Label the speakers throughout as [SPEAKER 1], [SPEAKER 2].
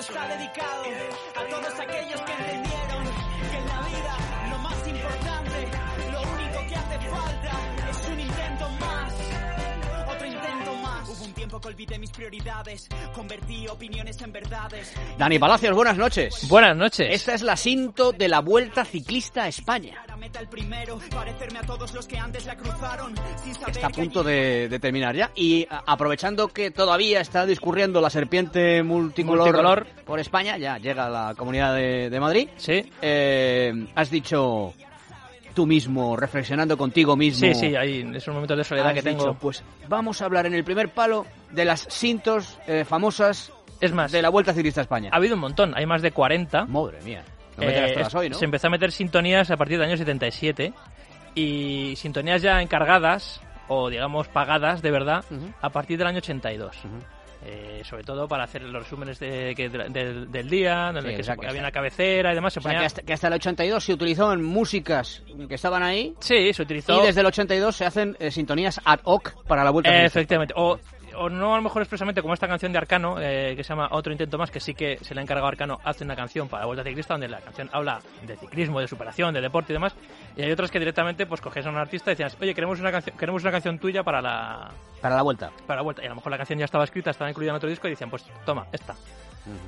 [SPEAKER 1] está dedicado a todos aquellos que entendieron que en la vida lo más importante, lo único que hace falta es un intento más. Otro intento más. Hubo un tiempo que olvidé mis prioridades, convertí opiniones en verdades.
[SPEAKER 2] Dani Palacios, buenas noches.
[SPEAKER 3] Buenas noches.
[SPEAKER 2] Esta es la cinto de la Vuelta Ciclista a España.
[SPEAKER 1] Ahora meta el primero, parecerme a todos los que antes la cruzaron, sin saber
[SPEAKER 2] Está a
[SPEAKER 1] que
[SPEAKER 2] punto de, de terminar ya. Y a- aprovechando que todavía está discurriendo la serpiente multicolor,
[SPEAKER 3] Multicolor.
[SPEAKER 2] por España, ya llega a la Comunidad de, de Madrid,
[SPEAKER 3] Sí.
[SPEAKER 2] eh, has dicho tú mismo, reflexionando contigo mismo,
[SPEAKER 3] Sí, sí, ahí es un momento de soledad
[SPEAKER 2] has
[SPEAKER 3] que
[SPEAKER 2] dicho,
[SPEAKER 3] tengo.
[SPEAKER 2] pues vamos a hablar en el primer palo de las cintos eh, famosas
[SPEAKER 3] Es más,
[SPEAKER 2] de la Vuelta Ciclista a España.
[SPEAKER 3] ha habido un montón, hay más de 40.
[SPEAKER 2] Madre mía, no
[SPEAKER 3] Eh,
[SPEAKER 2] me tengas
[SPEAKER 3] es-
[SPEAKER 2] todas hoy, ¿no?
[SPEAKER 3] Se empezó a meter sintonías a partir del año 77 y sintonías ya encargadas o digamos pagadas de verdad
[SPEAKER 2] Ujú.
[SPEAKER 3] a partir del año 82.
[SPEAKER 2] Ujú.
[SPEAKER 3] Eh, sobre todo para hacer los resúmenes de, que- de- del, del día, donde
[SPEAKER 2] Sí,
[SPEAKER 3] que
[SPEAKER 2] o sea,
[SPEAKER 3] se-
[SPEAKER 2] que
[SPEAKER 3] había
[SPEAKER 2] está-
[SPEAKER 3] una cabecera y demás. Se
[SPEAKER 2] O sea,
[SPEAKER 3] ponía-
[SPEAKER 2] que hasta, que hasta el 82 se utilizó en músicas que estaban ahí.
[SPEAKER 3] Sí, se utilizó.
[SPEAKER 2] Y desde el 82 se hacen eh, sintonías ad hoc para la vuelta.
[SPEAKER 3] Eh,
[SPEAKER 2] ciclista.
[SPEAKER 3] efectivamente. O, o no a lo mejor expresamente como esta canción de Arcano, eh, que se llama Otro Intento Más, que sí que se le ha encargado a Arcano, hace una canción para la Vuelta Ciclista, donde la canción habla de ciclismo, de superación, de deporte y demás. Y hay otras que directamente pues cogías a un artista y decías, oye, queremos una, canción queremos una canción tuya para la,
[SPEAKER 2] para la vuelta.
[SPEAKER 3] para la Vuelta. Y a lo mejor la canción ya estaba escrita, estaba incluida en otro disco y decían, pues toma, esta.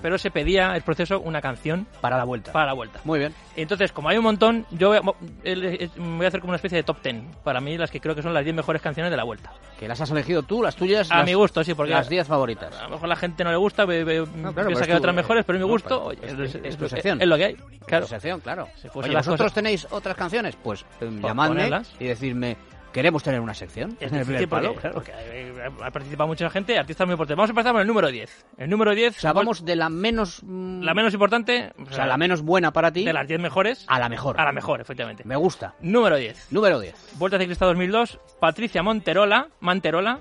[SPEAKER 3] Pero se pedía el proceso una canción
[SPEAKER 2] Para la vuelta.
[SPEAKER 3] para la Vuelta.
[SPEAKER 2] Muy bien.
[SPEAKER 3] Entonces, como hay un montón, yo voy a, mo- el- el- me voy a hacer como una especie de top 10. Para mí, las que creo que son las 10 mejores canciones de la Vuelta.
[SPEAKER 2] Que las has elegido tú, las tuyas.
[SPEAKER 3] A
[SPEAKER 2] las-
[SPEAKER 3] mi gusto, sí, porque
[SPEAKER 2] Las 10 favoritas.
[SPEAKER 3] A lo mejor la gente no le gusta, be- be-
[SPEAKER 2] claro, pero
[SPEAKER 3] piensa
[SPEAKER 2] es
[SPEAKER 3] que
[SPEAKER 2] tu-
[SPEAKER 3] hay otras mejores, pero a mi
[SPEAKER 2] no,
[SPEAKER 3] gusto,
[SPEAKER 2] pero
[SPEAKER 3] oye,
[SPEAKER 2] es-
[SPEAKER 3] es,
[SPEAKER 2] es- es tu
[SPEAKER 3] lo-
[SPEAKER 2] sección.
[SPEAKER 3] es lo que hay. Claro.
[SPEAKER 2] Conversación, claro.
[SPEAKER 3] Si fuesen
[SPEAKER 2] Oye,
[SPEAKER 3] las
[SPEAKER 2] ¿vosotros
[SPEAKER 3] cosas-
[SPEAKER 2] tenéis otras canciones? Pues eh,
[SPEAKER 3] Po-
[SPEAKER 2] llamadme
[SPEAKER 3] ponedlas.
[SPEAKER 2] y decirme, queremos tener una sección.
[SPEAKER 3] Es
[SPEAKER 2] en el
[SPEAKER 3] difícil
[SPEAKER 2] primer palo,
[SPEAKER 3] porque,
[SPEAKER 2] claro.
[SPEAKER 3] porque, eh, ha participado mucha gente, artistas muy importantes. Vamos a empezar con el número 10. El número 10,
[SPEAKER 2] O sea, vamos de la menos. mm,
[SPEAKER 3] la menos importante,
[SPEAKER 2] O sea, la menos buena para ti
[SPEAKER 3] de las 10 mejores,
[SPEAKER 2] a la mejor.
[SPEAKER 3] a la mejor, efectivamente.
[SPEAKER 2] Me gusta.
[SPEAKER 3] Número 10,
[SPEAKER 2] Número 10.
[SPEAKER 3] Vuelta Ciclista 2002, Patricia Monterola, Manterola,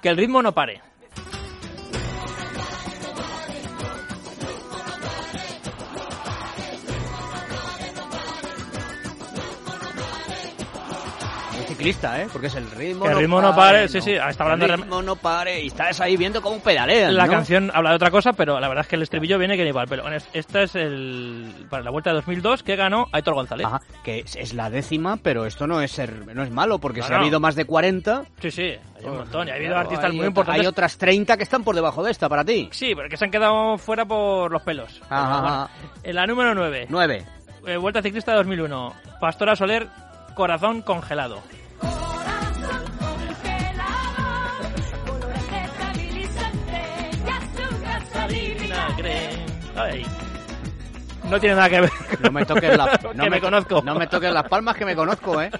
[SPEAKER 3] que el ritmo no pare.
[SPEAKER 2] Un ciclista, ¿eh? Porque es el ritmo.
[SPEAKER 3] Que el ritmo no pare, sí, sí, está hablando
[SPEAKER 2] El
[SPEAKER 3] realme-
[SPEAKER 2] ritmo no pare y estás ahí viendo cómo pedalean.
[SPEAKER 3] La
[SPEAKER 2] ¿no?
[SPEAKER 3] canción habla de otra cosa, pero la verdad es que el estribillo viene que ni para el pelo. Bueno, es- Esta es el, para la Vuelta de 2002 que ganó Aitor González.
[SPEAKER 2] Ajá, que es, es la décima, pero esto no es ser, no es malo, porque
[SPEAKER 3] No,
[SPEAKER 2] si ha
[SPEAKER 3] no.
[SPEAKER 2] habido más de 40,
[SPEAKER 3] Sí, sí, hay un montón. Y ha habido
[SPEAKER 2] Oh, claro,
[SPEAKER 3] artistas
[SPEAKER 2] hay
[SPEAKER 3] muy
[SPEAKER 2] otra-
[SPEAKER 3] importantes.
[SPEAKER 2] Hay otras 30 que están por debajo de esta para ti.
[SPEAKER 3] Sí, pero que se han quedado fuera por los pelos.
[SPEAKER 2] Ajá,
[SPEAKER 3] Pero bueno.
[SPEAKER 2] ajá.
[SPEAKER 3] En la número 9,
[SPEAKER 2] 9.
[SPEAKER 3] Vuelta Ciclista 2001, Pastora Soler, Corazón Congelado. Ay. No tiene nada que ver.
[SPEAKER 2] No me toques las
[SPEAKER 3] Que
[SPEAKER 2] no
[SPEAKER 3] me conozco.
[SPEAKER 2] No me toques las palmas que me conozco, ¿eh?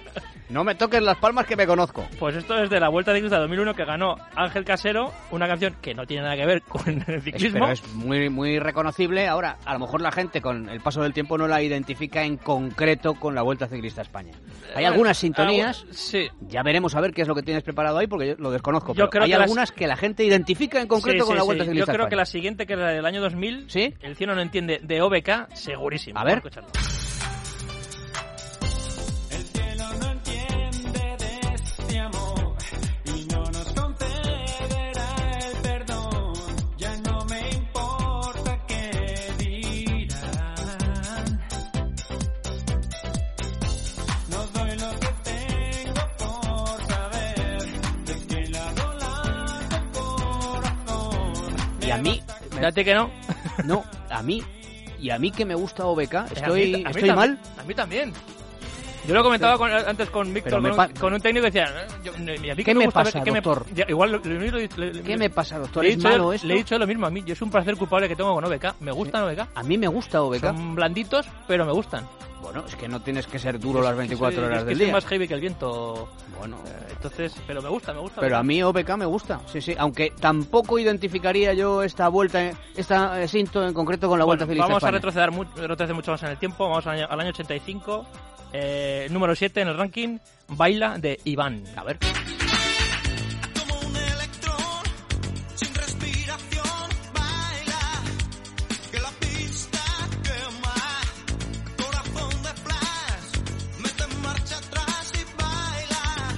[SPEAKER 2] No me toques las palmas que me conozco.
[SPEAKER 3] Pues esto es de la Vuelta Ciclista 2001 que ganó Ángel Casero, una canción que no tiene nada que ver con el
[SPEAKER 2] Es-
[SPEAKER 3] ciclismo.
[SPEAKER 2] pero es muy, muy reconocible. Ahora, a lo mejor la gente con el paso del tiempo no la identifica en concreto con la Vuelta Ciclista a España.
[SPEAKER 3] Eh,
[SPEAKER 2] Hay algunas sintonías.
[SPEAKER 3] Ah, sí.
[SPEAKER 2] Ya veremos a ver qué es lo que tienes preparado ahí, porque yo lo desconozco. pero
[SPEAKER 3] Yo creo
[SPEAKER 2] hay
[SPEAKER 3] que las-
[SPEAKER 2] algunas que la gente identifica en concreto
[SPEAKER 3] Sí,
[SPEAKER 2] con
[SPEAKER 3] sí,
[SPEAKER 2] la
[SPEAKER 3] sí.
[SPEAKER 2] Vuelta Ciclista
[SPEAKER 3] Yo
[SPEAKER 2] a
[SPEAKER 3] creo
[SPEAKER 2] España.
[SPEAKER 3] que la siguiente, que es la del año 2000,
[SPEAKER 2] ¿Sí?
[SPEAKER 3] el cielo no entiende, de OBK, segurísimo.
[SPEAKER 2] A ver.
[SPEAKER 3] Vamos a escucharlo.
[SPEAKER 1] El cielo no entiende de este amor y no nos concederá el perdón. Ya no me importa qué dirán. No doy lo que tengo por saber de qué lado late el corazón.
[SPEAKER 2] Y a mí, me-
[SPEAKER 3] Fíjate que no.
[SPEAKER 2] no, a mí, y a mí que me gusta OBK,
[SPEAKER 3] Eh, A mí-
[SPEAKER 2] estoy,
[SPEAKER 3] a mí
[SPEAKER 2] estoy
[SPEAKER 3] tam-
[SPEAKER 2] mal.
[SPEAKER 3] A mí también. Yo lo comentaba con- antes con Víctor,
[SPEAKER 2] Pero me
[SPEAKER 3] con,
[SPEAKER 2] pa-
[SPEAKER 3] un- con un técnico que decía, "Eh, yo- ni- ni a
[SPEAKER 2] ¿Qué
[SPEAKER 3] mí que
[SPEAKER 2] me
[SPEAKER 3] gusta
[SPEAKER 2] pasa,
[SPEAKER 3] ver- qué me-
[SPEAKER 2] doctor?
[SPEAKER 3] Ya, igual, lo- lo mismo- le- le-
[SPEAKER 2] ¿Qué me pasa, doctor?
[SPEAKER 3] le he
[SPEAKER 2] ¿Es
[SPEAKER 3] dicho-
[SPEAKER 2] malo esto?
[SPEAKER 3] Le he dicho lo mismo a mí. Yo es un placer culpable que tengo con OBK. Me gustan OBK.
[SPEAKER 2] A mí me gusta OBK.
[SPEAKER 3] Son blanditos, pero me gustan.
[SPEAKER 2] Bueno, es que no tienes que ser duro las 24
[SPEAKER 3] Soy-
[SPEAKER 2] horas
[SPEAKER 3] es
[SPEAKER 2] del
[SPEAKER 3] que soy
[SPEAKER 2] día.
[SPEAKER 3] más heavy que el viento.
[SPEAKER 2] Bueno,
[SPEAKER 3] Eh, Entonces, pero me gusta, me gusta.
[SPEAKER 2] pero a mí OBK me gusta. Sí, sí, aunque tampoco identificaría yo esta vuelta, esta eh, cinto en concreto con la
[SPEAKER 3] Bueno,
[SPEAKER 2] Vuelta Ciclista
[SPEAKER 3] Vamos a
[SPEAKER 2] España.
[SPEAKER 3] retroceder, mu- retroceder mucho más en el tiempo. Vamos al año, al año 85. eh, número 7 en el ranking, Baila de Iván.
[SPEAKER 2] A ver,
[SPEAKER 1] Como un electrón, sin respiración, baila, que la pista quema, corazón de flash, mete marcha atrás y baila,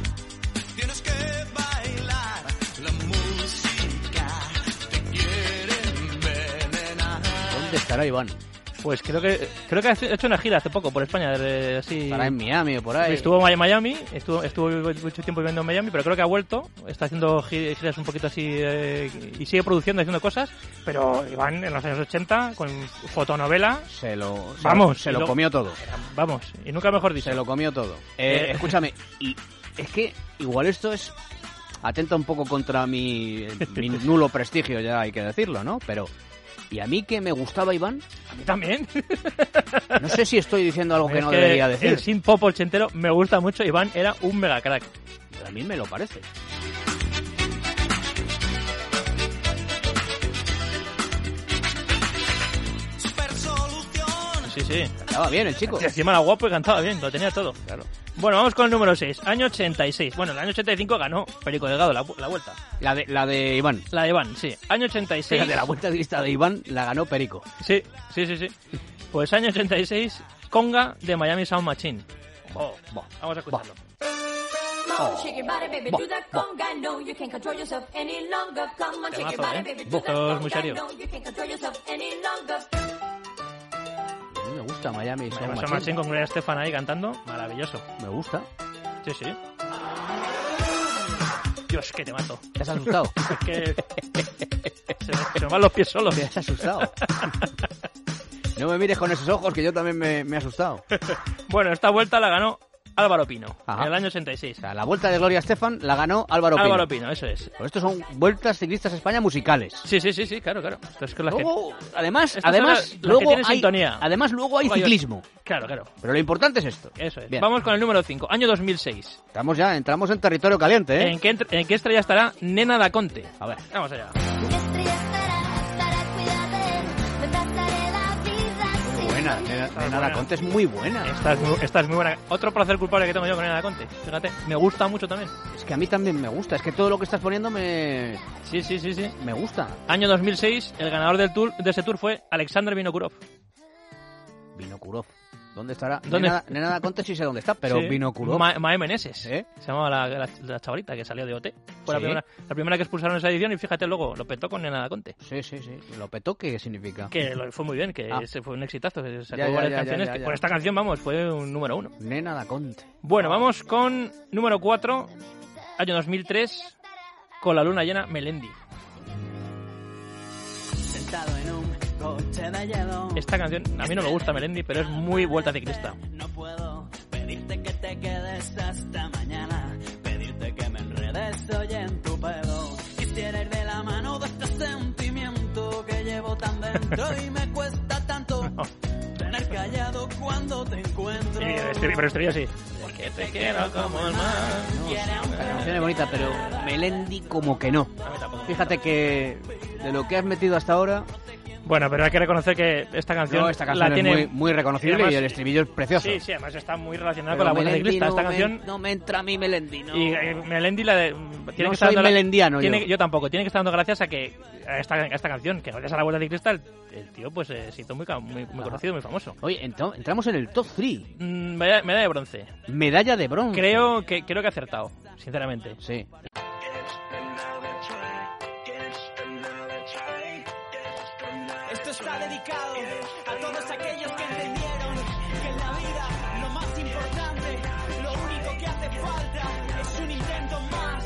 [SPEAKER 1] tienes que bailar, la música te quiere envenenar.
[SPEAKER 2] dónde estará Iván?
[SPEAKER 3] Pues creo que creo que ha hecho una gira hace poco por España, desde así.
[SPEAKER 2] Estará en Miami o por ahí.
[SPEAKER 3] Estuvo en Miami, estuvo, estuvo mucho tiempo viviendo en Miami, pero creo que ha vuelto. Está haciendo gi- giras un poquito así eh, y sigue produciendo, haciendo cosas. Pero Iván en los años 80 con fotonovela,
[SPEAKER 2] Se lo, se
[SPEAKER 3] Vamos,
[SPEAKER 2] lo- se
[SPEAKER 3] y
[SPEAKER 2] lo
[SPEAKER 3] lo-
[SPEAKER 2] comió todo.
[SPEAKER 3] vamos, y nunca mejor dicho.
[SPEAKER 2] Se lo comió todo. Eh,
[SPEAKER 3] Eh.
[SPEAKER 2] Escúchame, y es que igual esto es atenta un poco contra mi, mi nulo prestigio, ya hay que decirlo, ¿no? Pero y a mí que me gustaba Iván,
[SPEAKER 3] A mí también.
[SPEAKER 2] no sé si estoy diciendo algo que
[SPEAKER 3] Es
[SPEAKER 2] no debería
[SPEAKER 3] El
[SPEAKER 2] decir.
[SPEAKER 3] sin pop ochentero me gusta mucho. Iván era un mega crack.
[SPEAKER 2] A mí me lo parece.
[SPEAKER 1] Super solución.
[SPEAKER 3] Sí, sí.
[SPEAKER 2] Estaba bien el chico.
[SPEAKER 3] Y encima era guapo y cantaba bien, lo tenía todo.
[SPEAKER 2] Claro.
[SPEAKER 3] Bueno, vamos con el número 6, año 86. Bueno, en el año 85 ganó Perico Delgado la, vu- la vuelta.
[SPEAKER 2] La de, la de Iván.
[SPEAKER 3] La de Iván, sí. Año 86.
[SPEAKER 2] La de la vuelta de lista de Iván la ganó Perico.
[SPEAKER 3] Sí, sí, sí, sí. Pues año 86, Conga de Miami Sound Machine. Oh,
[SPEAKER 2] Buah.
[SPEAKER 3] vamos a escucharlo.
[SPEAKER 2] Oh.
[SPEAKER 4] Shake your body, baby,
[SPEAKER 2] Buah,
[SPEAKER 4] do that
[SPEAKER 2] buah.
[SPEAKER 4] conga. No, you can't control yourself any longer. Come on, shake
[SPEAKER 3] Temazo,
[SPEAKER 4] your body,
[SPEAKER 3] ¿eh?
[SPEAKER 4] baby, do
[SPEAKER 3] Buah.
[SPEAKER 4] that
[SPEAKER 3] Esto es muy
[SPEAKER 4] conga.
[SPEAKER 3] serio.
[SPEAKER 4] No, you can't control yourself any longer.
[SPEAKER 2] A mí me gusta Miami. Sound
[SPEAKER 3] Miami Sound
[SPEAKER 2] Machine.
[SPEAKER 3] Machine con Gloria Estefan ahí cantando. Maravilloso.
[SPEAKER 2] Me gusta.
[SPEAKER 3] Sí, sí. Dios, que te mato.
[SPEAKER 2] ¿Te has asustado?
[SPEAKER 3] Es que... se, me, se me van los pies solos.
[SPEAKER 2] Te has asustado. No me mires con esos ojos que yo también me, me he asustado.
[SPEAKER 3] Bueno, esta vuelta la ganó Álvaro Pino
[SPEAKER 2] Ajá.
[SPEAKER 3] en el año
[SPEAKER 2] O
[SPEAKER 3] 86.
[SPEAKER 2] sea, la vuelta de Gloria Estefan la ganó Álvaro Pino.
[SPEAKER 3] Álvaro Pino, eso es.
[SPEAKER 2] Pues estos son vueltas ciclistas a España musicales.
[SPEAKER 3] Sí, sí, sí, sí, claro, claro. Esto es que la gente-
[SPEAKER 2] Luego, además,
[SPEAKER 3] Estas son
[SPEAKER 2] además,
[SPEAKER 3] las- las que
[SPEAKER 2] luego hay,
[SPEAKER 3] tienen sintonía.
[SPEAKER 2] además luego hay
[SPEAKER 3] Luego hay
[SPEAKER 2] ciclismo.
[SPEAKER 3] Claro, claro.
[SPEAKER 2] Pero lo importante es esto.
[SPEAKER 3] Eso es.
[SPEAKER 2] Bien.
[SPEAKER 3] Vamos con el número 5, año 2006.
[SPEAKER 2] Estamos ya, entramos en territorio caliente, ¿eh?
[SPEAKER 3] ¿En, qué, entre- ¿En qué estrella estará Nena da Conte?
[SPEAKER 2] A ver.
[SPEAKER 3] Vamos allá.
[SPEAKER 5] Estrella estará, estará cuidado de él. Me pasaré la vida sin
[SPEAKER 2] Buena, de, de
[SPEAKER 3] Está
[SPEAKER 2] nada,
[SPEAKER 3] buena.
[SPEAKER 2] Conte es muy buena.
[SPEAKER 3] Esta es, muy, esta es muy buena. Otro placer culpable que tengo yo con Nena da Conte. Fíjate, me gusta mucho también.
[SPEAKER 2] Es que a mí también me gusta, es que todo lo que estás poniendo me,
[SPEAKER 3] Sí, sí, sí, sí.
[SPEAKER 2] me gusta.
[SPEAKER 3] Año 2006, el ganador del tour, de ese tour fue Alexander Vinokurov.
[SPEAKER 2] Vinokurov. ¿Dónde estará?
[SPEAKER 3] ¿Dónde?
[SPEAKER 2] De nada, de nada Conte sí sé dónde está, pero
[SPEAKER 3] Sí.
[SPEAKER 2] Vinokurov.
[SPEAKER 3] Ma- Mae Meneses.
[SPEAKER 2] ¿Eh?
[SPEAKER 3] Se llamaba la, la- la chavalita que salió de OT. Fue la,
[SPEAKER 2] Sí.
[SPEAKER 3] primera, la primera que expulsaron en esa edición y fíjate luego, lo petó con Nena da Conte.
[SPEAKER 2] Sí, sí, sí. ¿Lo petó qué significa?
[SPEAKER 3] Que lo- fue muy bien, que
[SPEAKER 2] Ah.
[SPEAKER 3] ese fue un exitazo. que sacó
[SPEAKER 2] Ya, ya,
[SPEAKER 3] varias
[SPEAKER 2] ya, ya,
[SPEAKER 3] canciones.
[SPEAKER 2] ya,
[SPEAKER 3] que
[SPEAKER 2] ya.
[SPEAKER 3] Por esta canción, vamos, fue un número uno.
[SPEAKER 2] Nena da Conte.
[SPEAKER 3] Bueno, vamos con número 4, año 2003, con la luna llena, Melendi.
[SPEAKER 1] Sentado en un coche de hielo.
[SPEAKER 3] Esta canción, a mí no me gusta Melendi, pero es muy vuelta ciclista.
[SPEAKER 1] No puedo pedirte que te quedes hasta mañana, pedirte que me enredes hoy en tu pelo. Quisiera ir de la mano de este sentimiento que llevo tan dentro y me cuesta tanto tener callado cuando te encuentro.
[SPEAKER 3] Y este- pero estaría así. Porque te quiero como el mar.
[SPEAKER 2] La canción es bonita, pero Melendi como que no.
[SPEAKER 3] A mí tampoco.
[SPEAKER 2] Fíjate que de lo que has metido hasta ahora,
[SPEAKER 3] Bueno, pero hay que reconocer que esta canción,
[SPEAKER 2] no, esta
[SPEAKER 3] la
[SPEAKER 2] canción
[SPEAKER 3] tiene...
[SPEAKER 2] es muy, muy reconocible y,
[SPEAKER 3] además-
[SPEAKER 2] el estribillo es precioso.
[SPEAKER 3] Sí, sí, además está muy relacionada
[SPEAKER 2] Pero
[SPEAKER 3] con la vuelta
[SPEAKER 2] Melendi
[SPEAKER 3] ciclista.
[SPEAKER 2] no
[SPEAKER 3] Esta
[SPEAKER 2] me-
[SPEAKER 3] canción...
[SPEAKER 2] no me entra a mí Melendi, no.
[SPEAKER 3] Y eh, Melendi la de... Tiene
[SPEAKER 2] No
[SPEAKER 3] que estar
[SPEAKER 2] soy
[SPEAKER 3] dando la-
[SPEAKER 2] melendiano
[SPEAKER 3] tiene-
[SPEAKER 2] yo.
[SPEAKER 3] tampoco. Tiene que estar dando gracias a que a esta, a esta canción, que gracias a la vuelta ciclista, el, el tío pues eh, se hizo muy, ca- muy, muy
[SPEAKER 2] Ajá.
[SPEAKER 3] conocido, muy famoso.
[SPEAKER 2] Oye, ento- entramos en el top 3.
[SPEAKER 3] Mm, Medalla, medalla de bronce.
[SPEAKER 2] Medalla de bronce.
[SPEAKER 3] Creo que creo que he acertado, sinceramente.
[SPEAKER 2] Sí.
[SPEAKER 1] Esto está dedicado a todos aquellos que entendieron que en la vida lo más importante, lo único que hace falta es un intento más.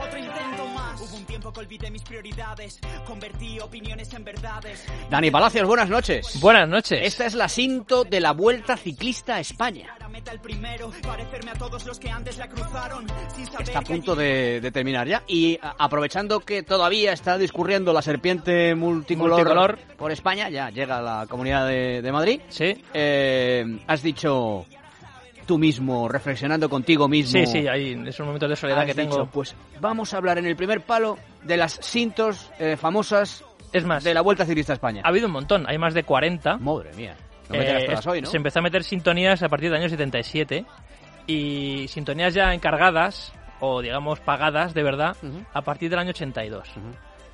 [SPEAKER 1] Otro intento más. Hubo un tiempo que olvidé mis prioridades, convertí opiniones en verdades.
[SPEAKER 2] Dani Palacios, buenas noches.
[SPEAKER 3] Buenas noches.
[SPEAKER 2] Esta es la cinto de la Vuelta Ciclista a España.
[SPEAKER 1] Ahora meta el primero, parecerme a todos los que antes la cruzaron sin saber
[SPEAKER 2] Está a
[SPEAKER 1] que
[SPEAKER 2] punto de, de terminar ya. Y a- aprovechando que todavía está discurriendo la serpiente multicolor,
[SPEAKER 3] Multicolor.
[SPEAKER 2] por España, ya llega a la Comunidad de- de Madrid.
[SPEAKER 3] Sí.
[SPEAKER 2] eh, has dicho tú mismo, reflexionando contigo mismo.
[SPEAKER 3] Sí, sí, ahí es un momento de soledad
[SPEAKER 2] has
[SPEAKER 3] que
[SPEAKER 2] dicho,
[SPEAKER 3] tengo.
[SPEAKER 2] pues vamos a hablar en el primer palo de las cintos eh, famosas
[SPEAKER 3] es más,
[SPEAKER 2] de la Vuelta Ciclista a España.
[SPEAKER 3] ha habido un montón, hay más de 40.
[SPEAKER 2] Madre mía. No
[SPEAKER 3] Eh,
[SPEAKER 2] me tiras
[SPEAKER 3] es-
[SPEAKER 2] todas hoy, ¿no?
[SPEAKER 3] Se empezó a meter sintonías a partir del año 77 y sintonías ya encargadas o digamos pagadas de verdad
[SPEAKER 2] Ujú.
[SPEAKER 3] a partir del año 82.
[SPEAKER 2] Ujú.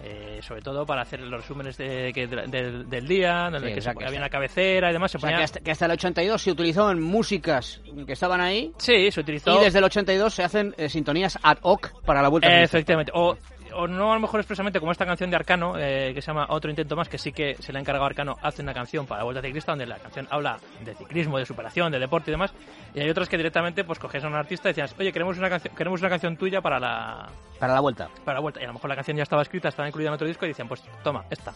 [SPEAKER 3] Eh, sobre todo para hacer los resúmenes de- que- de- del, del día, donde
[SPEAKER 2] Sí,
[SPEAKER 3] que
[SPEAKER 2] o sea,
[SPEAKER 3] se-
[SPEAKER 2] que-
[SPEAKER 3] había una cabecera y demás. Se
[SPEAKER 2] O sea,
[SPEAKER 3] ponía-
[SPEAKER 2] que hasta, que hasta el 82 se utilizó en músicas que estaban ahí.
[SPEAKER 3] Sí, se utilizó.
[SPEAKER 2] Y desde el 82 se hacen eh, sintonías ad hoc para la Vuelta Ciclista.
[SPEAKER 3] Efectivamente. O o no a lo mejor expresamente como esta canción de Arcano, eh, que se llama Otro Intento Más, que sí que se le ha encargado a Arcano hace una canción para la Vuelta Ciclista, donde la canción habla de ciclismo, de superación, de deporte y demás. Y hay otras que directamente pues cogías a un artista y decías, oye, queremos una, canción- queremos una canción tuya para la,
[SPEAKER 2] Para la vuelta.
[SPEAKER 3] para la Vuelta. Y a lo mejor la canción ya estaba escrita, estaba incluida en otro disco y decían, pues toma, esta.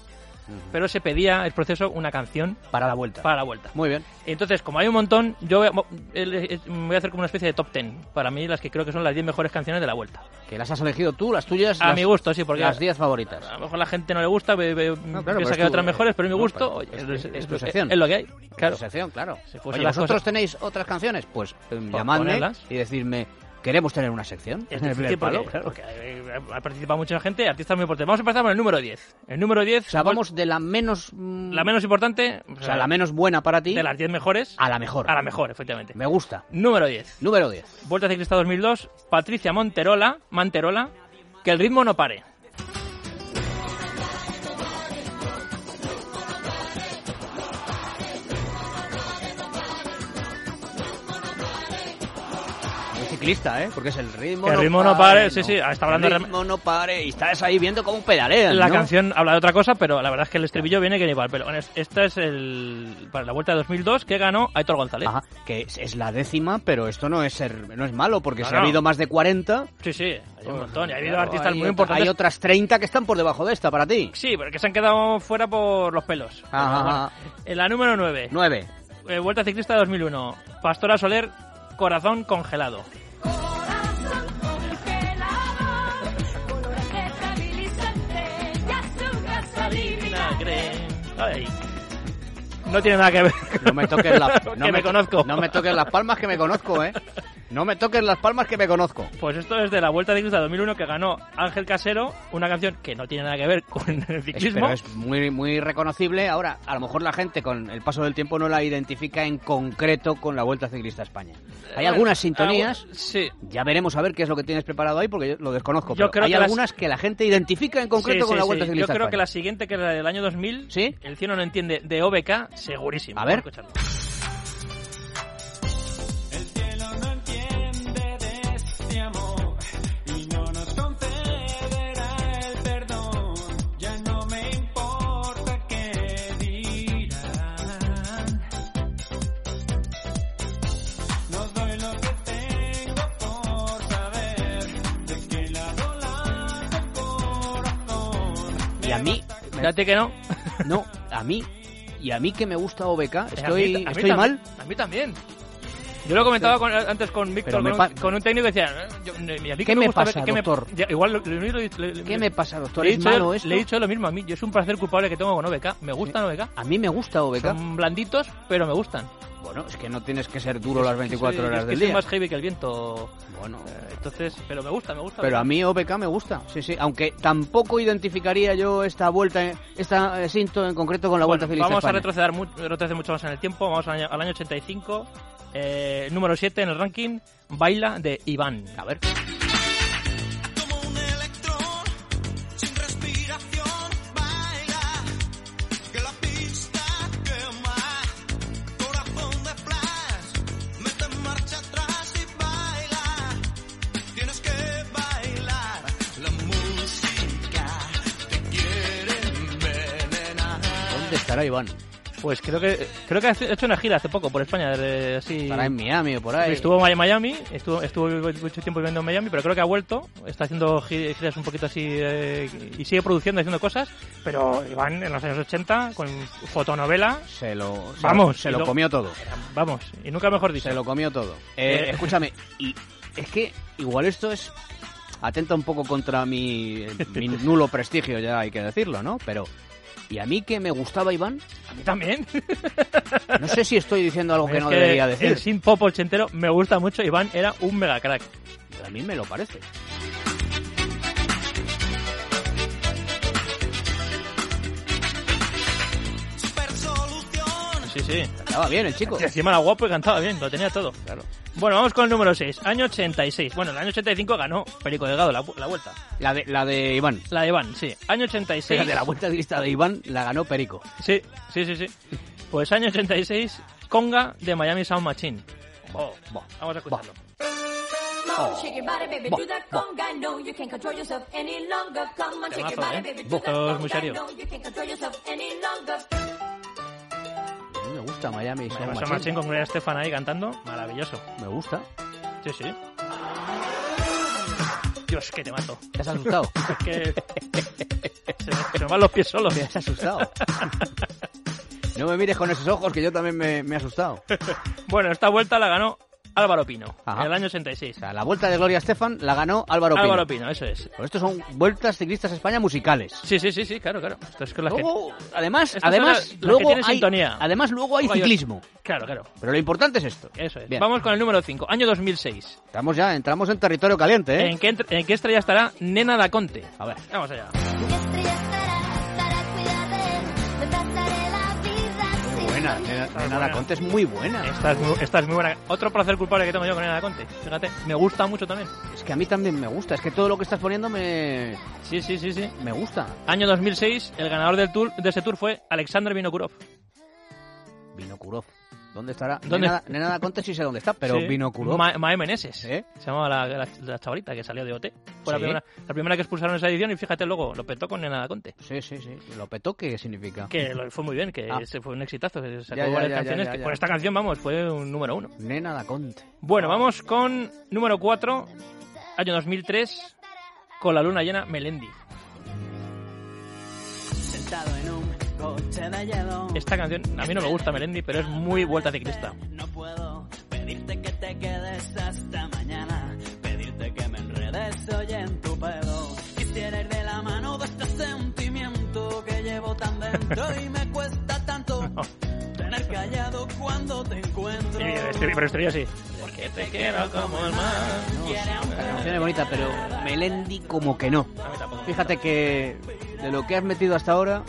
[SPEAKER 3] Pero se pedía el proceso una canción
[SPEAKER 2] Para la vuelta.
[SPEAKER 3] para la Vuelta.
[SPEAKER 2] Muy bien.
[SPEAKER 3] Entonces, como hay un montón, yo voy a, mo- el- el- me voy a hacer como una especie de top 10 para mí las que creo que son las 10 mejores canciones de la Vuelta.
[SPEAKER 2] Que las has elegido tú, las tuyas.
[SPEAKER 3] A
[SPEAKER 2] las-
[SPEAKER 3] mi gusto, sí, porque
[SPEAKER 2] Las 10 favoritas.
[SPEAKER 3] A lo mejor la gente no le gusta, ve- ve-
[SPEAKER 2] No, claro, pero
[SPEAKER 3] piensa
[SPEAKER 2] es tu-
[SPEAKER 3] que hay otras mejores, pero a mi
[SPEAKER 2] no,
[SPEAKER 3] gusto,
[SPEAKER 2] pero
[SPEAKER 3] oye,
[SPEAKER 2] es
[SPEAKER 3] es,
[SPEAKER 2] tu- es tu
[SPEAKER 3] es-
[SPEAKER 2] sección.
[SPEAKER 3] es lo que hay. Claro.
[SPEAKER 2] Asociación, claro.
[SPEAKER 3] Si fuesen
[SPEAKER 2] Oye,
[SPEAKER 3] las
[SPEAKER 2] ¿vosotros
[SPEAKER 3] cosas-
[SPEAKER 2] tenéis otras canciones? Pues em,
[SPEAKER 3] Por
[SPEAKER 2] llamadme
[SPEAKER 3] ponerlas.
[SPEAKER 2] y decirme, queremos tener una sección.
[SPEAKER 3] Es
[SPEAKER 2] En el primer
[SPEAKER 3] difícil porque,
[SPEAKER 2] palo, claro.
[SPEAKER 3] porque, eh, ha participado mucha gente, artistas muy importantes. Vamos a empezar por el número 10. El número 10,
[SPEAKER 2] O sea,
[SPEAKER 3] pues,
[SPEAKER 2] vamos de la menos... mm,
[SPEAKER 3] la menos importante, pues,
[SPEAKER 2] O sea, la menos buena para ti
[SPEAKER 3] de las 10 mejores,
[SPEAKER 2] a la mejor.
[SPEAKER 3] a la mejor, efectivamente.
[SPEAKER 2] Me gusta.
[SPEAKER 3] Número 10,
[SPEAKER 2] Número 10.
[SPEAKER 3] Vuelta Ciclista 2002, Patricia Monterola, Manterola, que el ritmo no pare.
[SPEAKER 2] Un ciclista, ¿eh? Porque es el ritmo.
[SPEAKER 3] Que el ritmo no pare, sí, sí, está hablando de-
[SPEAKER 2] El ritmo no pare y estás ahí viendo cómo pedalean.
[SPEAKER 3] La
[SPEAKER 2] ¿no?
[SPEAKER 3] canción habla de otra cosa, pero la verdad es que el estribillo viene que ni igual. Pero bueno, es- esta es el, para la Vuelta de 2002 que ganó Aitor González.
[SPEAKER 2] Ajá, que es, es la décima, pero esto no es ser, no es malo, porque
[SPEAKER 3] No,
[SPEAKER 2] si ha
[SPEAKER 3] no.
[SPEAKER 2] habido más de 40,
[SPEAKER 3] Sí, sí, hay un montón. Y ha habido
[SPEAKER 2] claro,
[SPEAKER 3] artistas
[SPEAKER 2] hay
[SPEAKER 3] muy
[SPEAKER 2] otra-
[SPEAKER 3] importantes.
[SPEAKER 2] Hay otras 30 que están por debajo de esta para ti.
[SPEAKER 3] Sí, pero que se han quedado fuera por los pelos.
[SPEAKER 2] Ajá,
[SPEAKER 3] Pero
[SPEAKER 2] ajá.
[SPEAKER 3] bueno. En la número 9,
[SPEAKER 2] 9.
[SPEAKER 3] eh, Vuelta Ciclista 2001, Pastora Soler, Corazón Congelado.
[SPEAKER 5] Corazón congelado, color estabilizante y azúcar salina.
[SPEAKER 3] Ay. No tiene nada que ver.
[SPEAKER 2] No me toques la, no
[SPEAKER 3] que me,
[SPEAKER 2] to-
[SPEAKER 3] conozco.
[SPEAKER 2] No me toques las palmas que me conozco, ¿eh? No me toques las palmas que me conozco.
[SPEAKER 3] Pues esto es de la Vuelta Ciclista 2001 que ganó Ángel Casero, una canción que no tiene nada que ver con el
[SPEAKER 2] Es-
[SPEAKER 3] ciclismo.
[SPEAKER 2] pero es muy, muy reconocible. Ahora, a lo mejor la gente con el paso del tiempo no la identifica en concreto con la Vuelta Ciclista a España. Hay
[SPEAKER 3] Bueno,
[SPEAKER 2] algunas sintonías.
[SPEAKER 3] ah, sí.
[SPEAKER 2] Ya veremos a ver qué es lo que tienes preparado ahí, porque yo lo desconozco.
[SPEAKER 3] Yo
[SPEAKER 2] pero
[SPEAKER 3] creo
[SPEAKER 2] hay
[SPEAKER 3] que las-
[SPEAKER 2] algunas que la gente identifica en concreto
[SPEAKER 3] Sí,
[SPEAKER 2] con
[SPEAKER 3] sí,
[SPEAKER 2] la
[SPEAKER 3] sí.
[SPEAKER 2] Vuelta Ciclista
[SPEAKER 3] Yo creo
[SPEAKER 2] a
[SPEAKER 3] que
[SPEAKER 2] España.
[SPEAKER 3] la siguiente, que es la del año 2000,
[SPEAKER 2] ¿Sí?
[SPEAKER 3] el cielo no entiende, de OBK, segurísimo.
[SPEAKER 2] A ver.
[SPEAKER 3] Vamos a escucharlo.
[SPEAKER 1] El cielo no entiende de este amor y no nos concederá el perdón. Ya no me importa qué dirán. No doy lo que tengo por saber de qué lado late el corazón.
[SPEAKER 2] Y a mí,
[SPEAKER 3] Fíjate que no.
[SPEAKER 2] no, a mí, y a mí que me gusta OBK,
[SPEAKER 3] A mí-
[SPEAKER 2] estoy,
[SPEAKER 3] a mí
[SPEAKER 2] estoy
[SPEAKER 3] tam-
[SPEAKER 2] mal.
[SPEAKER 3] A mí también. Yo lo comentaba con- antes con Víctor,
[SPEAKER 2] Pero me
[SPEAKER 3] con,
[SPEAKER 2] pa-
[SPEAKER 3] un- con un técnico que decía, eh, yo- a mí que
[SPEAKER 2] ¿Qué me
[SPEAKER 3] gusta
[SPEAKER 2] pasa,
[SPEAKER 3] ver- que me-
[SPEAKER 2] doctor?
[SPEAKER 3] ya, igual lo- lo- lo- lo- lo-
[SPEAKER 2] ¿Qué me pasa, doctor?
[SPEAKER 3] le he
[SPEAKER 2] ¿Es
[SPEAKER 3] dicho-
[SPEAKER 2] malo esto?
[SPEAKER 3] Le he dicho lo mismo a mí. Yo es un placer culpable que tengo con OBK. Me gustan OBK.
[SPEAKER 2] A mí me gusta OBK.
[SPEAKER 3] Son blanditos, pero me gustan.
[SPEAKER 2] Bueno, es que no tienes que ser duro las 24
[SPEAKER 3] Soy-
[SPEAKER 2] horas
[SPEAKER 3] es que
[SPEAKER 2] del
[SPEAKER 3] soy
[SPEAKER 2] día.
[SPEAKER 3] más heavy que el viento.
[SPEAKER 2] Bueno,
[SPEAKER 3] Eh, Entonces, pero me gusta, me gusta.
[SPEAKER 2] pero a mí OBK me gusta. Sí, sí, aunque tampoco identificaría yo esta vuelta, esta eh, cinto en concreto con la Vuelta
[SPEAKER 3] Bueno,
[SPEAKER 2] Ciclista
[SPEAKER 3] vamos
[SPEAKER 2] a
[SPEAKER 3] a
[SPEAKER 2] España.
[SPEAKER 3] retroceder, mu- retroceder mucho más en el tiempo. Vamos al año, al año 85. eh, número 7 en el ranking, Baila de Iván.
[SPEAKER 2] A ver.
[SPEAKER 1] Como un electrón, sin respiración, baila, que la pista quema, corazón de flash, mete marcha atrás y baila, tienes que bailar, la música te quiere envenenar.
[SPEAKER 2] ¿Dónde estará Iván?
[SPEAKER 3] Pues creo que creo que ha hecho una gira hace poco por España. desde así,
[SPEAKER 2] Estará en Miami o por ahí.
[SPEAKER 3] Estuvo en Miami, estuvo, estuvo mucho tiempo viviendo en Miami, pero creo que ha vuelto. Está haciendo gi- giras un poquito así eh, y sigue produciendo, haciendo cosas. Pero Iván en los años 80 con fotonovela,
[SPEAKER 2] Se lo, se
[SPEAKER 3] Vamos,
[SPEAKER 2] lo- se
[SPEAKER 3] y
[SPEAKER 2] lo
[SPEAKER 3] lo-
[SPEAKER 2] comió todo.
[SPEAKER 3] vamos, y nunca mejor dicho.
[SPEAKER 2] Se lo comió todo. Eh,
[SPEAKER 3] Eh.
[SPEAKER 2] Escúchame, y es que igual esto es atenta un poco contra mi, mi nulo prestigio, ya hay que decirlo, ¿no? Pero y a mí que me gustaba Iván,
[SPEAKER 3] A mí también.
[SPEAKER 2] no sé si estoy diciendo algo que
[SPEAKER 3] Es
[SPEAKER 2] no debería
[SPEAKER 3] El
[SPEAKER 2] decir.
[SPEAKER 3] sin pop ochentero me gusta mucho. Iván era un mega crack.
[SPEAKER 2] A mí me lo parece.
[SPEAKER 1] Super solución,
[SPEAKER 3] Sí, sí.
[SPEAKER 2] Estaba bien el chico.
[SPEAKER 3] Encima era guapo y cantaba bien, lo tenía todo.
[SPEAKER 2] Claro.
[SPEAKER 3] Bueno, vamos con el número 6, año 86. Bueno, el año 85 ganó Perico Delgado la, la vuelta.
[SPEAKER 2] La de, la de Iván.
[SPEAKER 3] La de Iván, sí. Año
[SPEAKER 2] La
[SPEAKER 3] 86.
[SPEAKER 2] de la vuelta de lista de Iván la ganó Perico.
[SPEAKER 3] Sí, sí, sí, sí. Pues año 86, Conga de Miami Sound Machine. Oh,
[SPEAKER 2] Buah,
[SPEAKER 3] vamos a escucharlo.
[SPEAKER 4] No on, shake your body, baby,
[SPEAKER 2] Bo-
[SPEAKER 4] do that
[SPEAKER 2] bo-
[SPEAKER 4] conga. No, you can't control yourself any longer. Come on, shake your
[SPEAKER 3] Temazo,
[SPEAKER 4] body,
[SPEAKER 3] ¿eh?
[SPEAKER 4] baby, do
[SPEAKER 3] Bo-
[SPEAKER 4] that
[SPEAKER 3] Todo es muy
[SPEAKER 4] conga.
[SPEAKER 3] serio.
[SPEAKER 4] No, you can't control yourself any longer.
[SPEAKER 2] A mí me gusta Miami Sound
[SPEAKER 3] Además,
[SPEAKER 2] Machine.
[SPEAKER 3] Son Machine con Gloria Estefan ahí cantando. Maravilloso.
[SPEAKER 2] Me gusta.
[SPEAKER 3] Sí, sí. Dios, que te mato.
[SPEAKER 2] Te has asustado.
[SPEAKER 3] Es que. se, me, se me van los pies solos.
[SPEAKER 2] Te has asustado. No me mires con esos ojos, que yo también me, me he asustado. O
[SPEAKER 3] Bueno, esta vuelta la ganó Álvaro Pino.
[SPEAKER 2] Ajá.
[SPEAKER 3] En el año 86.
[SPEAKER 2] sea, la vuelta de Gloria Estefan la ganó Álvaro Pino.
[SPEAKER 3] Álvaro Pino, eso es.
[SPEAKER 2] Pero estos son vueltas ciclistas a España musicales.
[SPEAKER 3] Sí, sí, sí, sí, claro, claro. Esto es con las que-
[SPEAKER 2] Luego, además,
[SPEAKER 3] Estas son las-
[SPEAKER 2] además,
[SPEAKER 3] las que
[SPEAKER 2] luego
[SPEAKER 3] tienen
[SPEAKER 2] hay,
[SPEAKER 3] sintonía.
[SPEAKER 2] además luego hay
[SPEAKER 3] Luego hay-
[SPEAKER 2] ciclismo.
[SPEAKER 3] Claro, claro.
[SPEAKER 2] Pero lo importante es esto.
[SPEAKER 3] Eso es.
[SPEAKER 2] Bien.
[SPEAKER 3] Vamos con el número 5, año 2006.
[SPEAKER 2] Estamos ya, entramos en territorio caliente, ¿eh?
[SPEAKER 3] ¿En, qué, entre- ¿En qué estrella estará Nena da Conte?
[SPEAKER 2] A ver.
[SPEAKER 3] Vamos allá.
[SPEAKER 5] ¿Qué estrella estará? Estará cuidado de él. Me pasaré la vida
[SPEAKER 2] Muy
[SPEAKER 5] sin
[SPEAKER 2] buena. eh,
[SPEAKER 5] dormir.
[SPEAKER 2] Nena- Nena
[SPEAKER 3] buena. Eh.
[SPEAKER 2] da Conte es muy buena.
[SPEAKER 3] Esta es, muy, esta es muy buena. Otro placer culpable que tengo yo con Nena da Conte. Fíjate, me gusta mucho también.
[SPEAKER 2] Es que a mí también me gusta. Es que todo lo que estás poniendo me,
[SPEAKER 3] Sí, sí, sí, sí.
[SPEAKER 2] me gusta.
[SPEAKER 3] Año 2006, el ganador del tour, de ese tour fue Alexander Vinokurov.
[SPEAKER 2] Vinokurov. ¿Dónde estará?
[SPEAKER 3] ¿Dónde?
[SPEAKER 2] Nena, Nena da Conte sí sé dónde está, pero
[SPEAKER 3] Sí.
[SPEAKER 2] Vinokurov.
[SPEAKER 3] Ma- Mae Meneses.
[SPEAKER 2] ¿Eh?
[SPEAKER 3] Se llamaba la, la, la chavalita que salió de OT. Fue la,
[SPEAKER 2] Sí.
[SPEAKER 3] primera, la primera que expulsaron en esa edición y fíjate luego, lo petó con Nena da Conte.
[SPEAKER 2] Sí, sí, sí. ¿Lo petó qué significa?
[SPEAKER 3] Que lo- fue muy bien, que
[SPEAKER 2] Ah.
[SPEAKER 3] ese fue un exitazo, que sacó
[SPEAKER 2] Ya, ya,
[SPEAKER 3] varias
[SPEAKER 2] ya, ya,
[SPEAKER 3] canciones.
[SPEAKER 2] ya,
[SPEAKER 3] que
[SPEAKER 2] ya. Ah.
[SPEAKER 3] Por esta canción, vamos, fue un número uno.
[SPEAKER 2] Nena da Conte.
[SPEAKER 3] Bueno, vamos con número 4, año 2003, con la luna llena, Melendi.
[SPEAKER 1] Sentado en un coche de hielo.
[SPEAKER 3] Esta canción, a mí no me gusta Melendi, pero es muy vuelta ciclista.
[SPEAKER 1] No puedo pedirte que te quedes hasta mañana, pedirte que me enredes hoy en tu pelo. Quisiera ir de la mano de este sentimiento que llevo tan dentro y me cuesta tanto tener callado cuando te encuentro.
[SPEAKER 3] Sí, este- pero estoy así. Porque te quiero como el mar.
[SPEAKER 2] La canción es bonita, pero Melendi como que no.
[SPEAKER 3] A mí tampoco.
[SPEAKER 2] Fíjate que de lo que has metido hasta ahora,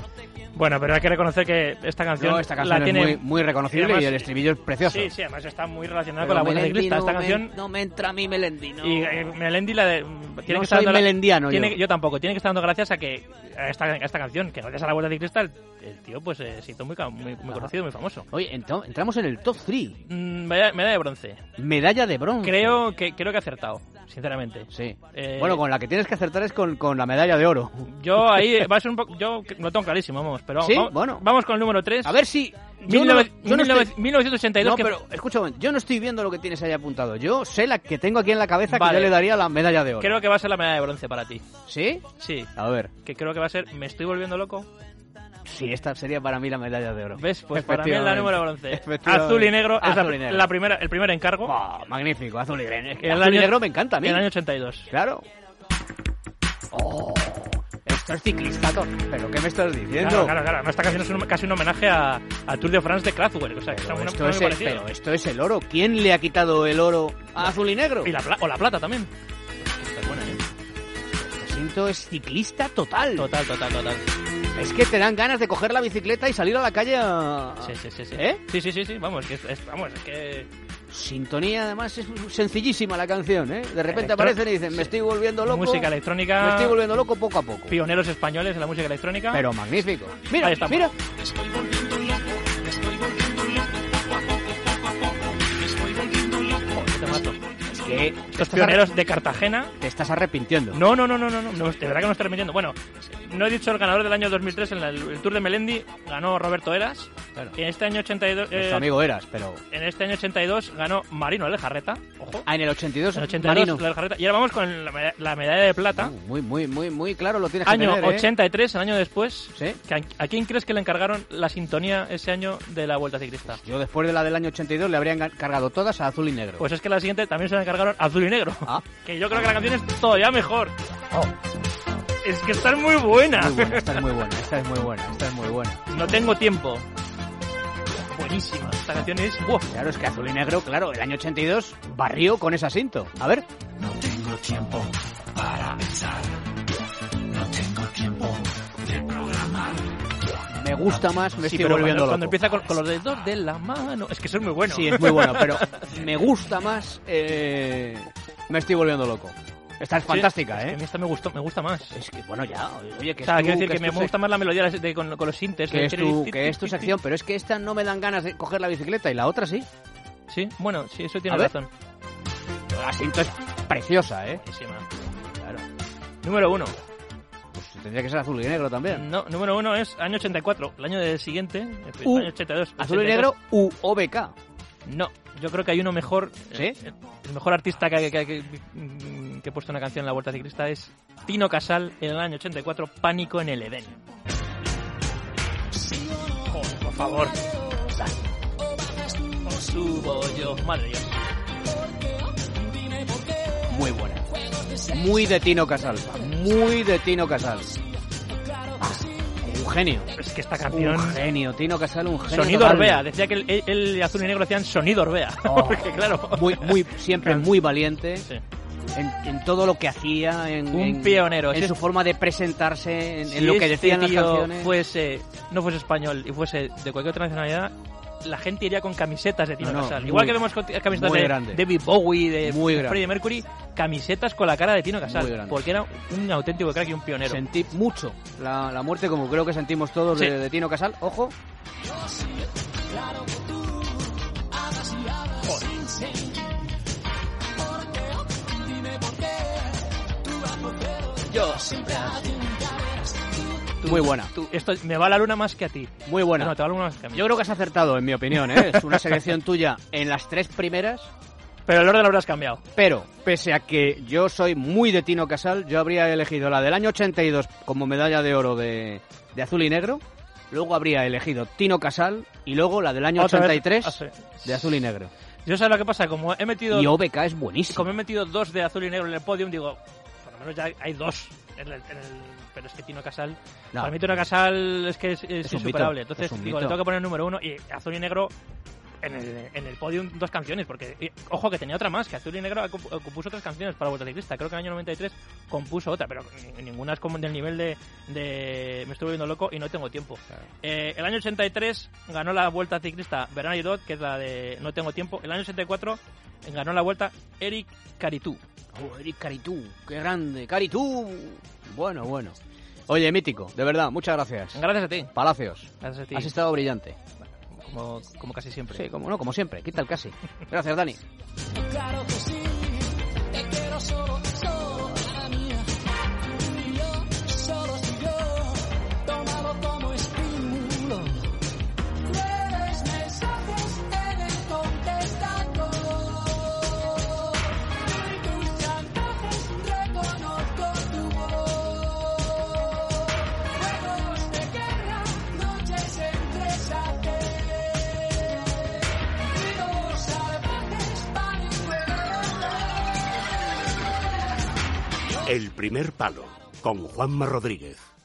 [SPEAKER 3] Bueno, pero hay que reconocer que esta canción,
[SPEAKER 2] no, esta canción
[SPEAKER 3] la
[SPEAKER 2] es
[SPEAKER 3] tiene...
[SPEAKER 2] muy, muy reconocible y,
[SPEAKER 3] además-
[SPEAKER 2] el estribillo es precioso.
[SPEAKER 3] Sí, sí, además está muy relacionada
[SPEAKER 2] Pero
[SPEAKER 3] con la vuelta
[SPEAKER 2] Melendi
[SPEAKER 3] ciclista. Esta
[SPEAKER 2] no me-
[SPEAKER 3] canción...
[SPEAKER 2] no me entra a mí Melendi, no.
[SPEAKER 3] Y eh, Melendi la de, tiene
[SPEAKER 2] No
[SPEAKER 3] que estar
[SPEAKER 2] soy
[SPEAKER 3] dando la-
[SPEAKER 2] melendiano
[SPEAKER 3] tiene
[SPEAKER 2] yo.
[SPEAKER 3] que- tampoco. Tiene que estar dando gracias a que a esta, a esta canción, que gracias a la vuelta ciclista el, el tío pues eh, se hizo muy, ca- muy, muy
[SPEAKER 2] Ajá.
[SPEAKER 3] conocido, muy famoso.
[SPEAKER 2] Oye, ento- entramos en el top 3.
[SPEAKER 3] Mm, medalla, medalla de bronce.
[SPEAKER 2] Medalla de bronce.
[SPEAKER 3] Creo que creo que he acertado, sinceramente.
[SPEAKER 2] Sí.
[SPEAKER 3] Eh,
[SPEAKER 2] Bueno, con la que tienes que acertar es con, con la medalla de oro.
[SPEAKER 3] Yo ahí va a ser un poco yo lo tengo clarísimo, vamos, pero
[SPEAKER 2] Sí,
[SPEAKER 3] vamos,
[SPEAKER 2] bueno.
[SPEAKER 3] vamos con el número 3.
[SPEAKER 2] A ver si... Yo no,
[SPEAKER 3] 19-
[SPEAKER 2] yo no estoy-
[SPEAKER 3] 19- 1982
[SPEAKER 2] No,
[SPEAKER 3] que
[SPEAKER 2] pero escucha, un momento, yo no estoy viendo lo que tienes ahí apuntado. Yo sé la que tengo aquí en la cabeza
[SPEAKER 3] Vale.
[SPEAKER 2] que yo le daría la medalla de oro.
[SPEAKER 3] creo que va a ser la medalla de bronce para ti.
[SPEAKER 2] ¿Sí?
[SPEAKER 3] Sí,
[SPEAKER 2] A ver,
[SPEAKER 3] que creo que va a ser me estoy volviendo loco.
[SPEAKER 2] sí, esta sería para mí la medalla de oro.
[SPEAKER 3] ¿Ves? Pues para mí es la
[SPEAKER 2] Efectivamente.
[SPEAKER 3] número 11.
[SPEAKER 2] Efectivamente.
[SPEAKER 3] Azul y negro es la-
[SPEAKER 2] Azul y negro.
[SPEAKER 3] la, primera, el primer encargo.
[SPEAKER 2] Buah, magnífico, azul y negro. Es que
[SPEAKER 3] El
[SPEAKER 2] azul y
[SPEAKER 3] año-
[SPEAKER 2] negro me encanta a mí.
[SPEAKER 3] En el año 82.
[SPEAKER 2] Claro. Oh, esto es ciclista, Thor. ¿Pero qué me estás diciendo?
[SPEAKER 3] Claro, claro, claro. Además, esta canción es un- casi un homenaje a, a Tour de France de Kraftwerk. O sea, que
[SPEAKER 2] Pero
[SPEAKER 3] son-
[SPEAKER 2] esto,
[SPEAKER 3] son
[SPEAKER 2] es
[SPEAKER 3] muy
[SPEAKER 2] el,
[SPEAKER 3] parecidos.
[SPEAKER 2] pero esto es el oro. ¿Quién le ha quitado el oro a azul y negro?
[SPEAKER 3] Y la pla- o la plata también. Esta es buena, ¿eh?
[SPEAKER 2] Jacinto es ciclista total.
[SPEAKER 3] Total, total, total.
[SPEAKER 2] Es que te dan ganas de coger la bicicleta y salir a la calle a...
[SPEAKER 3] Sí, sí, sí. sí.
[SPEAKER 2] ¿Eh?
[SPEAKER 3] Sí, sí, sí, sí. Vamos, que es, es- vamos, es que...
[SPEAKER 2] Sintonía, además, es sencillísima la canción, ¿eh? De repente
[SPEAKER 3] Electro-
[SPEAKER 2] aparecen y dicen, me estoy volviendo loco.
[SPEAKER 3] Música
[SPEAKER 2] Me
[SPEAKER 3] electrónica.
[SPEAKER 2] estoy volviendo loco poco a poco.
[SPEAKER 3] Pioneros españoles en la música electrónica.
[SPEAKER 2] Pero magnífico.
[SPEAKER 3] Ahí
[SPEAKER 2] Mira,
[SPEAKER 3] estamos.
[SPEAKER 2] mira.
[SPEAKER 3] Este temazo.
[SPEAKER 2] Es que te
[SPEAKER 3] Estos
[SPEAKER 2] estás, arre-
[SPEAKER 3] pioneros de Cartagena.
[SPEAKER 2] te estás arrepintiendo.
[SPEAKER 3] No, no, no, no, no, no, no, de verdad que no estoy mintiendo. Bueno, no he dicho el ganador del año 2003 en la- el Tour de Melendi, ganó Roberto Eras.
[SPEAKER 2] Claro.
[SPEAKER 3] En este año 82, eh,
[SPEAKER 2] Nuestro amigo eras, pero...
[SPEAKER 3] en este año 82 ganó Marino Lejarreta. Ojo.
[SPEAKER 2] Ah, en el 82,
[SPEAKER 3] En el 82
[SPEAKER 2] Marino.
[SPEAKER 3] Lejarreta. Y ahora vamos con la, meda- la medalla de plata.
[SPEAKER 2] Uh, muy, muy, muy, muy claro lo tienes
[SPEAKER 3] año
[SPEAKER 2] que tener, ¿eh?
[SPEAKER 3] 83, el año después.
[SPEAKER 2] Sí.
[SPEAKER 3] que a, a quién crees que le encargaron la sintonía ese año de la Vuelta Ciclista?
[SPEAKER 2] Yo después de la del año 82 le habrían ga- cargado todas a azul y negro.
[SPEAKER 3] Pues es que la siguiente también se la encargaron Azul y Negro.
[SPEAKER 2] Ah.
[SPEAKER 3] Que yo creo que la canción es todavía mejor.
[SPEAKER 2] Oh.
[SPEAKER 3] Es que está muy buena.
[SPEAKER 2] Ah, Muy buena, esta es muy buena, esta es muy buena, esta es muy buena.
[SPEAKER 3] No tengo tiempo. Buenísima. Esta canción es. ¡buah!
[SPEAKER 2] Claro, es que azul y negro, claro, el año 82 barrió con esa cinto. A ver,
[SPEAKER 6] No tengo tiempo para pensar. No tengo tiempo de programar.
[SPEAKER 2] me gusta más, me
[SPEAKER 3] Sí,
[SPEAKER 2] estoy
[SPEAKER 3] pero
[SPEAKER 2] volviendo
[SPEAKER 3] cuando, cuando
[SPEAKER 2] loco.
[SPEAKER 3] empieza con, con los dedos de la mano. Es que eso es muy bueno.
[SPEAKER 2] Sí, es muy bueno, pero me gusta más, eh, me estoy volviendo loco. Esta es
[SPEAKER 3] Sí,
[SPEAKER 2] fantástica,
[SPEAKER 3] es que a
[SPEAKER 2] ¿eh?
[SPEAKER 3] mí esta me gustó, me gusta más.
[SPEAKER 2] Es que, bueno, ya, oye, que
[SPEAKER 3] o sea,
[SPEAKER 2] es tu-
[SPEAKER 3] quiero decir que,
[SPEAKER 2] es
[SPEAKER 3] me
[SPEAKER 2] tu
[SPEAKER 3] gusta más la melodía de- de- con, con los sintes.
[SPEAKER 2] que
[SPEAKER 3] de-
[SPEAKER 2] es tu, que es tu sección, pero es que esta no me dan ganas de coger la bicicleta y la otra sí.
[SPEAKER 3] Sí, bueno, sí, eso
[SPEAKER 2] A
[SPEAKER 3] tiene
[SPEAKER 2] ver.
[SPEAKER 3] razón.
[SPEAKER 2] La cinta es preciosa, ¿eh?
[SPEAKER 3] Buenísima.
[SPEAKER 2] Claro.
[SPEAKER 3] Número uno.
[SPEAKER 2] Pues tendría que ser azul y negro también.
[SPEAKER 3] No, número uno es año 84, el año del siguiente, el
[SPEAKER 2] Uh,
[SPEAKER 3] año 82.
[SPEAKER 2] Azul
[SPEAKER 3] 82.
[SPEAKER 2] y negro UOBK.
[SPEAKER 3] No, yo creo que hay uno mejor. eh,
[SPEAKER 2] ¿Sí?
[SPEAKER 3] El, el mejor artista que, que- que- que- que he puesto una canción en la Vuelta Ciclista es Tino Casal en el año 84, Pánico en el Edén. Joder, por favor. Dale. Subo yo, madre de Dios.
[SPEAKER 2] Muy buena. Muy de Tino Casal. Muy de Tino Casal. Ah, un genio.
[SPEAKER 3] Es que esta
[SPEAKER 2] Un
[SPEAKER 3] canción.
[SPEAKER 2] genio. Tino Casal, un genio.
[SPEAKER 3] Sonido
[SPEAKER 2] total.
[SPEAKER 3] Orbea. Decía que el, el- el azul y negro decían sonido Orbea.
[SPEAKER 2] Oh.
[SPEAKER 3] Porque claro.
[SPEAKER 2] Muy, muy, siempre muy valiente
[SPEAKER 3] Sí.
[SPEAKER 2] en, en todo lo que hacía, en,
[SPEAKER 3] Un
[SPEAKER 2] en-
[SPEAKER 3] pionero.
[SPEAKER 2] en
[SPEAKER 3] Si
[SPEAKER 2] su
[SPEAKER 3] es-
[SPEAKER 2] forma de presentarse, en, en
[SPEAKER 3] Si
[SPEAKER 2] lo que
[SPEAKER 3] este
[SPEAKER 2] decían las
[SPEAKER 3] tío
[SPEAKER 2] canciones.
[SPEAKER 3] Fuese, no fuese español y fuese de cualquier otra nacionalidad, la gente iría con camisetas de Tino
[SPEAKER 2] No, no,
[SPEAKER 3] Casal.
[SPEAKER 2] muy-
[SPEAKER 3] Igual que vemos con- camisetas
[SPEAKER 2] muy
[SPEAKER 3] de
[SPEAKER 2] grande.
[SPEAKER 3] David Bowie, de
[SPEAKER 2] Muy grande.
[SPEAKER 3] Freddie Mercury, camisetas con la cara de Tino
[SPEAKER 2] Muy
[SPEAKER 3] Casal.
[SPEAKER 2] grande.
[SPEAKER 3] Porque era un auténtico crack y un pionero.
[SPEAKER 2] Sentí mucho la, la muerte, como creo que sentimos todos
[SPEAKER 3] Sí.
[SPEAKER 2] de, de Tino Casal. Ojo,
[SPEAKER 3] Yo.
[SPEAKER 2] muy buena,
[SPEAKER 3] Tú- esto me va la luna más que a ti.
[SPEAKER 2] muy buena.
[SPEAKER 3] No, te va la luna más que a mí.
[SPEAKER 2] Yo creo que has acertado, en mi opinión. ¿eh? Es una selección tuya en las tres primeras,
[SPEAKER 3] Pero el orden lo habrás cambiado.
[SPEAKER 2] pero pese a que yo soy muy de Tino Casal, yo habría elegido la del año 82 como medalla de oro de, de azul y negro. Luego habría elegido Tino Casal y luego la del año
[SPEAKER 3] Otra vez.
[SPEAKER 2] 83
[SPEAKER 3] Ah, sí.
[SPEAKER 2] de azul y negro.
[SPEAKER 3] Yo sé lo que pasa, como he metido
[SPEAKER 2] Y OBK es
[SPEAKER 3] Y
[SPEAKER 2] buenísimo.
[SPEAKER 3] como he metido dos de azul y negro en el podium, digo, por lo menos ya hay dos. en el- en el- pero es que Tino Casal.
[SPEAKER 2] No.
[SPEAKER 3] Para mí, Tino Casal es que es, es
[SPEAKER 2] Es un
[SPEAKER 3] insuperable.
[SPEAKER 2] mito,
[SPEAKER 3] Entonces,
[SPEAKER 2] es un
[SPEAKER 3] digo, le
[SPEAKER 2] mito.
[SPEAKER 3] tengo que poner número uno y azul y negro. En el, en el podium dos canciones, porque y, ojo que tenía otra más, que Azul y Negro comp- compuso otras canciones para Vuelta Ciclista, creo que en el año 93 compuso otra, pero ni- ninguna es como del nivel de, de me estoy volviendo loco y no tengo tiempo. Eh, el año 83 ganó la Vuelta Ciclista Bernard Dot, que es la de No Tengo Tiempo. El año 84 ganó la Vuelta Eric Caritú.
[SPEAKER 2] Oh, Eric Caritú, qué grande, Caritú. Bueno, bueno. Oye, mítico, de verdad, muchas gracias.
[SPEAKER 3] Gracias a ti.
[SPEAKER 2] Palacios,
[SPEAKER 3] Gracias a ti.
[SPEAKER 2] has estado brillante.
[SPEAKER 3] Como, como casi siempre.
[SPEAKER 2] Sí, como no, como siempre, quita el casi. Gracias, Dani.
[SPEAKER 7] El primer palo con Juanma Rodríguez.